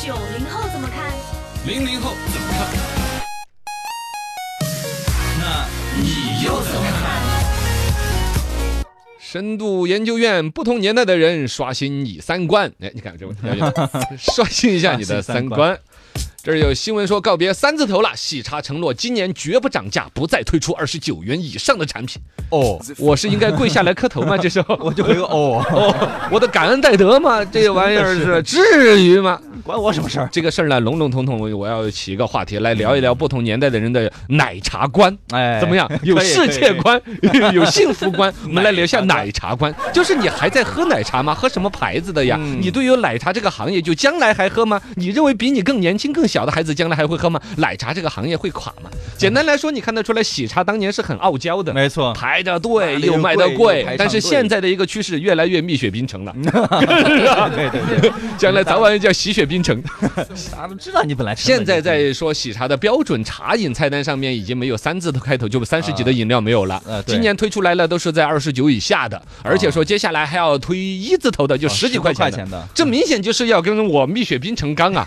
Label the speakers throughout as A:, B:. A: 九零后怎么看？
B: 零零后怎么看？那你又怎么看？
C: 深度研究院，不同年代的人刷新你三观。哎，你看这位， 刷新一下你的三观。这儿有新闻说告别三字头了，喜茶承诺今年绝不涨价，不再推出二十九元以上的产品。
D: 哦，
C: 我是应该跪下来磕 头吗？这时候
D: 我就回个哦，
C: 哦，我的感恩戴德吗？这玩意 儿是至于吗？
D: 关我什么事儿？
C: 这个事儿呢，笼笼统统，我要起一个话题来聊一聊不同年代的人的奶茶观。
D: 哎
C: 怎么？样？有
D: 可以
C: 世界
D: 可以
C: 观，有幸福观，我们来聊一下奶茶观。就是你还在喝奶茶吗？喝什么牌子的呀？
D: 嗯
C: 你对于奶茶这个行业，就将来还喝吗？你认为比你更年轻、更小的孩子将来还会喝吗？奶茶这个行业会垮吗？简单来说，你看得出来，喜茶当年是很傲娇的。
D: 嗯没错，
C: 排着队
D: 哪里
C: 又
D: 又
C: 卖得
D: 贵又
C: 贵
D: 排，
C: 但
D: 长
C: 是
D: 队
C: 现在的一个趋势越来越蜜雪冰城了，
D: 对 对对，
C: 将来早晚叫洗雪冰城。
D: 咱们知道你本来成本
C: 现在
D: 就低
C: 在说喜茶的标准茶饮菜单上面已经没有三字头开头，就三十几的饮料没有了
D: 呃。对
C: 今年推出来了都是在二十九以下的，而且说接下来还要推一字头的，就
D: 哦
C: 十几
D: 10
C: 块
D: 块
C: 钱的。
D: 的，
C: 这明显就是要跟我蜜雪冰城 刚啊，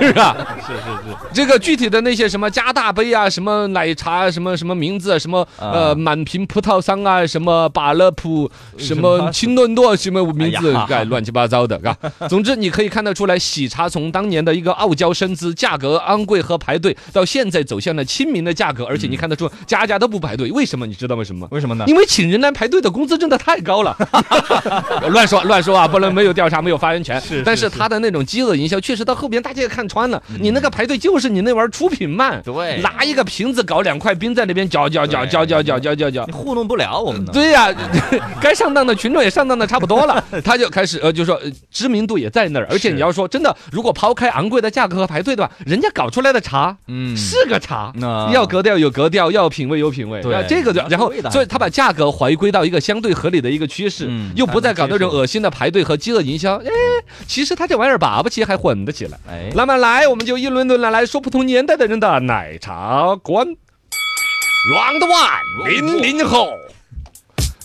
C: 是吧？
D: 是是是，
C: 这个具体的那些什么加大杯啊，什么奶茶，什么什么名字，什么呃
D: 啊
C: 满屏葡萄桑啊，什么巴勒普，什么青顿诺，什么名字
D: 呃哎呀，
C: 哎，乱七八糟的，嘎。总之，你可以看得出来，喜茶从当年的一个傲娇身姿、价格昂贵和排队，到现在走向了亲民的价格，而且
D: 嗯
C: 你看得出家家都不排队，为什么？你知道为什么吗？
D: 为什么呢？
C: 因为请人来排队的工资真的太高了， 乱说乱说啊！不能没有调查，没有发言权。
D: 是是
C: 但是嗯他的那种饥饿营销，确实到后边大家也看穿了，你那个排队就是你那玩意儿出品慢，
D: 对
C: 拿一个瓶子搞两块冰在那边搅搅搅搅搅搅搅搅搅
D: 你。糊弄不了我们呢。
C: 对呀、 该上当的群众也上当的差不多 了，他就开始呃，就说呃知名度也在那儿，而且
D: 是
C: 你要说真的，如果抛开昂贵的价格和排队的话，人家搞出来的茶
D: 嗯
C: 是个茶，
D: 那
C: 要格调有格调，要品味有品味。
D: 对
C: 那这个就
D: 要
C: 然后
D: 味道，
C: 所以他把价格回归到一个相对合理的一个趋势
D: 嗯，
C: 又不再搞那种
D: 他能接受
C: 恶心的排队和饥饿营销。哎，其实他这玩意儿把不齐还混得起来。
D: 哎，
C: 那么来，我们就一轮轮来来说不同年代的人的奶茶观。Round one，零零后。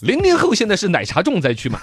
C: 零零后现在是奶茶重灾区嘛，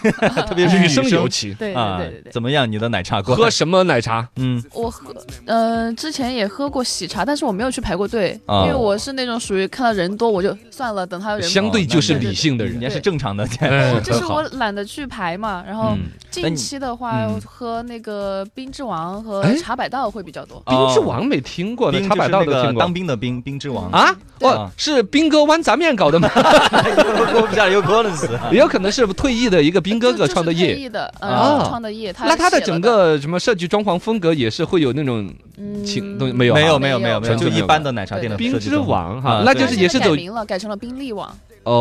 D: 特别是
C: 女
D: 女
C: 生
D: 生
C: 尤其。
E: 对对
D: 啊
E: 对对对，
D: 怎么样？你的奶茶观？
C: 哎喝什么奶茶？
D: 嗯，
E: 我喝呃之前也喝过喜茶，但是我没有去排过队，
D: 哦
C: 啊
E: 因为我是那种属于看到人多我就算了，等他人。
C: 相对就是
E: 那你
C: 理性的
D: 人
C: 人。
D: 家是正常的。
C: 哎
E: 就是我懒得去排嘛，然后
D: 嗯那
E: 近
D: 你
E: 期的话
D: 嗯
E: 喝那个冰之王和
C: 哎啊
E: 茶百道会比较多。
C: 冰之王没听过，那
D: 冰
C: 茶百道都听过
D: 当。兵的兵，冰之王，
C: 啊，
E: 对
C: 哦，是兵哥湾杂面搞的吗？
D: 我不下来有可能是。
C: 也有可能是退役的一个兵哥哥创的
E: 就就是
C: 业。
E: 退役的，
C: 啊
E: 呃，创的业。
C: 那他
E: 他
C: 的
E: 写了
C: 整个什么设计装潢风格也是会有那种
E: 嗯
C: 情东西没有啊？
D: 没有没有没有没有，
C: 纯粹
D: 就
C: 没
D: 一
C: 有
D: 般的奶茶店的
C: 冰
D: 设计
C: 之
D: 中
C: 王哈
D: 啊，
C: 那
D: 对
C: 就是也是
E: 改
C: 走
E: 名了，改成了宾利网，
C: 哦，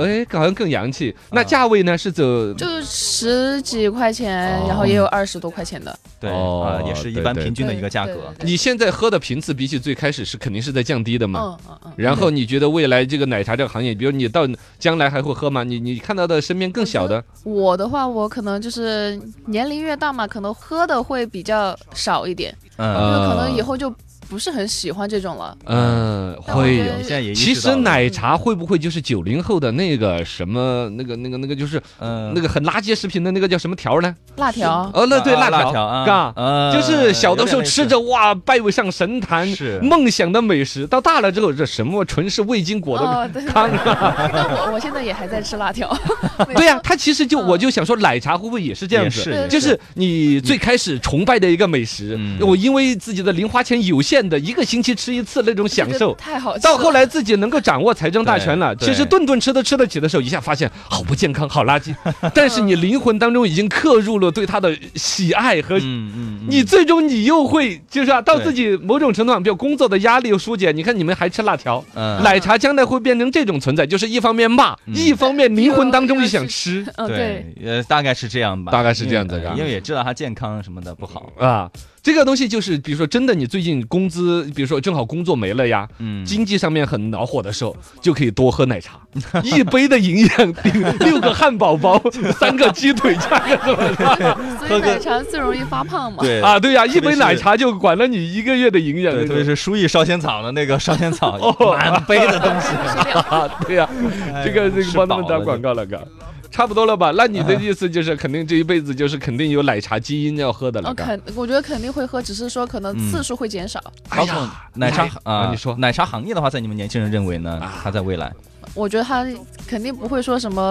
D: 哦
C: 哎，好像更洋气。那价位呢是走
E: 就是十几块钱，
C: 哦
E: 然后也有二十多块钱的。
D: 对
C: 哦
D: 啊，也是一
C: 对
D: 般
C: 对
D: 平均的
E: 对
D: 一个价
E: 对
D: 格。
E: 对
C: 你现在喝的频次比起最开始是肯定是在降低的嘛？
E: 嗯嗯嗯。
C: 然后你觉得未来这个奶茶这个行业，比如你到将来还会喝吗？你你看到的身边更小的
E: 我的话，我可能就是年龄越大嘛，可能喝的会比较少一点，因
D: 嗯，
E: 为可
C: 啊
E: 能以后就不是很喜欢这种了。
C: 嗯
E: 但我
C: 会
E: 觉
C: 有
E: 得。
D: 你现在也意
C: 其
D: 识到
C: 实
D: 了
C: 奶茶会不会就是九零后的那个什么那个那个那个就是
D: 嗯
C: 那个很垃圾食品的那个叫什么条呢？
E: 辣条，
C: 哦，那对
D: 啊
C: 辣条，嗯
D: 条啊，
C: 嘎。
D: 啊
C: 就是小的时候吃着哇，拜为上神坛，
D: 是
C: 梦想的美食。到大了之后，这什么纯是味精裹的
E: 哦，对，
C: 汤 啊？
E: 但我我现在也还在吃辣条。
C: 对呀，它其实就
E: 嗯
C: 我就想说，奶茶会不会也是这样
D: 也
C: 子？
D: 是
C: 就是你最开始崇拜的一个美食，
D: 嗯
C: 我因为自己的零花钱有限的，一个星期吃一次那种 享
E: 这
C: 受
E: 个。太好吃了。
C: 到后来自己能够掌握财政大权了，
D: 对
C: 其实顿顿吃都吃得起的时候，一下发现好不健康，好垃圾。但是你灵魂当中已经刻入了对它的喜爱和
D: 嗯嗯，
C: 你最终你又会就是啊，到
D: 对
C: 自己某种程度上，比如工作的压力又疏解。你看你们还吃辣条，
D: 嗯
C: 奶茶将来会变成这种存在，就是一方面骂，
D: 嗯
C: 一方面灵魂当中又想吃
E: 嗯，对，
D: 对，呃，大概是这样吧，
C: 大概是这样子
D: 因为呃
C: 嘎
D: 因为也知道它健康什么的不好，
C: 啊。这个东西就是，比如说真的，你最近工资，比如说正好工作没了呀，
D: 嗯，
C: 经济上面很恼火的时候，就可以多喝奶茶， 一杯的营养顶六个汉堡包，三个鸡腿加个什么
E: 所以奶茶最容易发胖嘛。
D: 对
C: 啊？对呀、一
D: 特别
C: 杯
D: 是
C: 奶茶就管了你一个月的营养，
D: 对，特别是舒逸烧仙草的那个 烧仙草，哎
C: 哦
D: 满杯的东西，
C: 啊，对呀、这个这个
D: 吃
C: 帮他
D: 饱
C: 们打
D: 了
C: 广
D: 就
C: 告了，哥。差不多了吧？那你的意思就是，肯定这一辈子就是肯定有奶茶基因要喝的了
E: 哦，。肯我觉得肯定会喝，只是说可能
D: 嗯
E: 次数会减少。
D: 包括哎奶茶啊，
C: 你说
D: 奶茶行业的话，在你们年轻人认为呢，它在未来
E: 我觉得他肯定不会说什么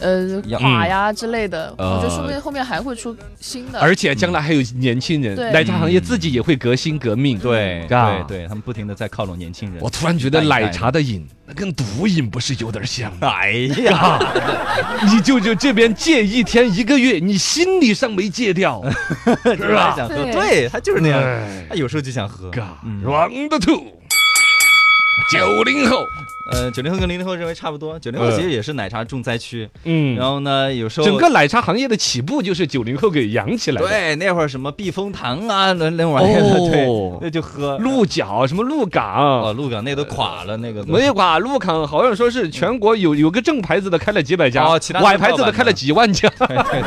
E: 呃
D: 要
E: 垮呀之类的，
C: 呃
E: 我觉得说不定后面还会出新的。
C: 而且将来还有年轻人，
E: 对
C: 奶茶行业自己也会革新革命。
D: 对
C: 啊
D: 对对，他们不停的在靠拢年轻人
C: 我。突然觉得奶茶的瘾那跟毒瘾不是有点像吗？
D: 哎呀，
C: 你舅舅这边戒一天一个月，你心理上没戒掉，是
D: 他
C: 吧？
D: 想喝，
E: 对
D: 对他就是那样，
C: 哎
D: 他有时候就想喝。嗯
C: ，God，Round Two，九零后，
D: 呃，九零后跟零零后认为差不多，九零后
C: 呃
D: 其实也是奶茶重灾区。
C: 嗯
D: 然后呢，有时候
C: 整个奶茶行业的起步就是九零后给养起来的。
D: 对那会儿什么避风塘啊，那那玩意儿，
C: 哦
D: 对，那就喝。
C: 鹿角什么鹿港
D: 哦，，鹿港那都垮了，那个都
C: 没有吧？鹿港好像说是全国有有个正牌子的开了几百家，
D: 嗯哦其他
C: 歪牌子的开了几万 家。
D: 对对对，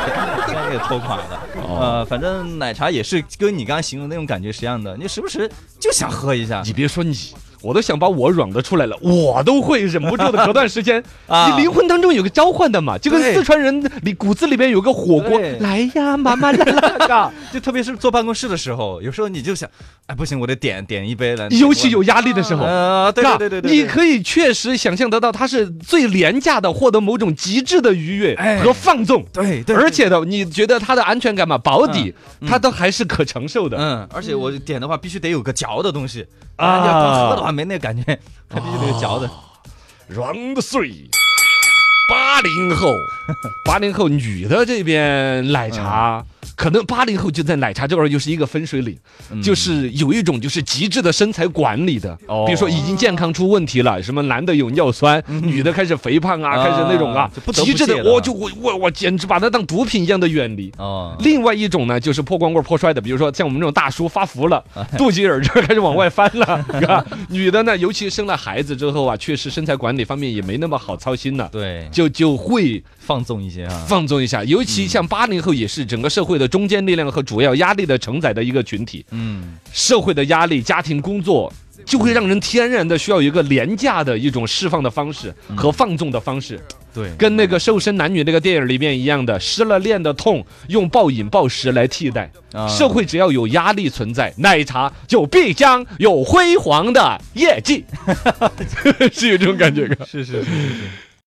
D: 那个拖垮了。呃，反正奶茶也是跟你刚刚形容那种感觉是一样的，你时不时就想喝一下
C: 你别说你，我都想把我软的出来了，我都会忍不住的。隔段时间，
D: 啊
C: 你灵魂当中有个召唤的嘛，就跟
D: 对
C: 四川人里骨子里边有个火锅
D: 对，
C: 来呀，妈妈来 了，
D: 就特别是坐办公室的时候，有时候你就想，哎，不行，我得点点一杯来。
C: 尤其有压力的时候。
D: 呃，对
C: 嘎
D: 对对对对，
C: 你可以确实想象得到，它是最廉价的获得某种极致的愉悦
D: 哎
C: 和放纵。
D: 对对，
C: 而且的，你觉得它的安全感嘛，保底，
D: 嗯
C: 它都还是可承受的。
D: 嗯，而且我点的话必须得有个嚼的东西
C: 啊
D: 要光喝的话没那个感觉， 它必须得有嚼的。
C: Round Three，八零后，八零后女的这边奶茶，可能八零后就在奶茶这块儿又是一个分水岭，
D: 嗯
C: 哦就是有一种就是极致的身材管理的，
D: 哦
C: 比如说已经健康出问题了，什么男的有尿酸，女的开始肥胖啊，
D: 啊
C: 开始那种啊
D: 就不，得不
C: 极致的
D: 戒，了
C: 我就我我我简直把它当毒品一样的远离。
D: 哦，
C: 另外一种呢，就是破光棍破摔的，比如说像我们这种大叔发福了，肚脐眼儿就开始往外翻了。是吧女的呢，尤其生了孩子之后啊，确实身材管理方面也没那么好操心了。
D: 对，
C: 就就会
D: 放纵一些啊。
C: 放纵一下，尤其像八零后也是整个社会的中坚力量和主要压力的承载的一个群体，
D: 嗯，
C: 社会的压力、家庭、工作，就会让人天然的需要有一个廉价的一种释放的方式和放纵的方式。
D: 对，
C: 跟那个瘦身男女那个电影里面一样的，失了恋的痛用暴饮暴食来替代。
D: 啊
C: 社会只要有压力存在，奶茶就必将 有辉煌的业绩，是有这种感觉。
D: 是是是是是，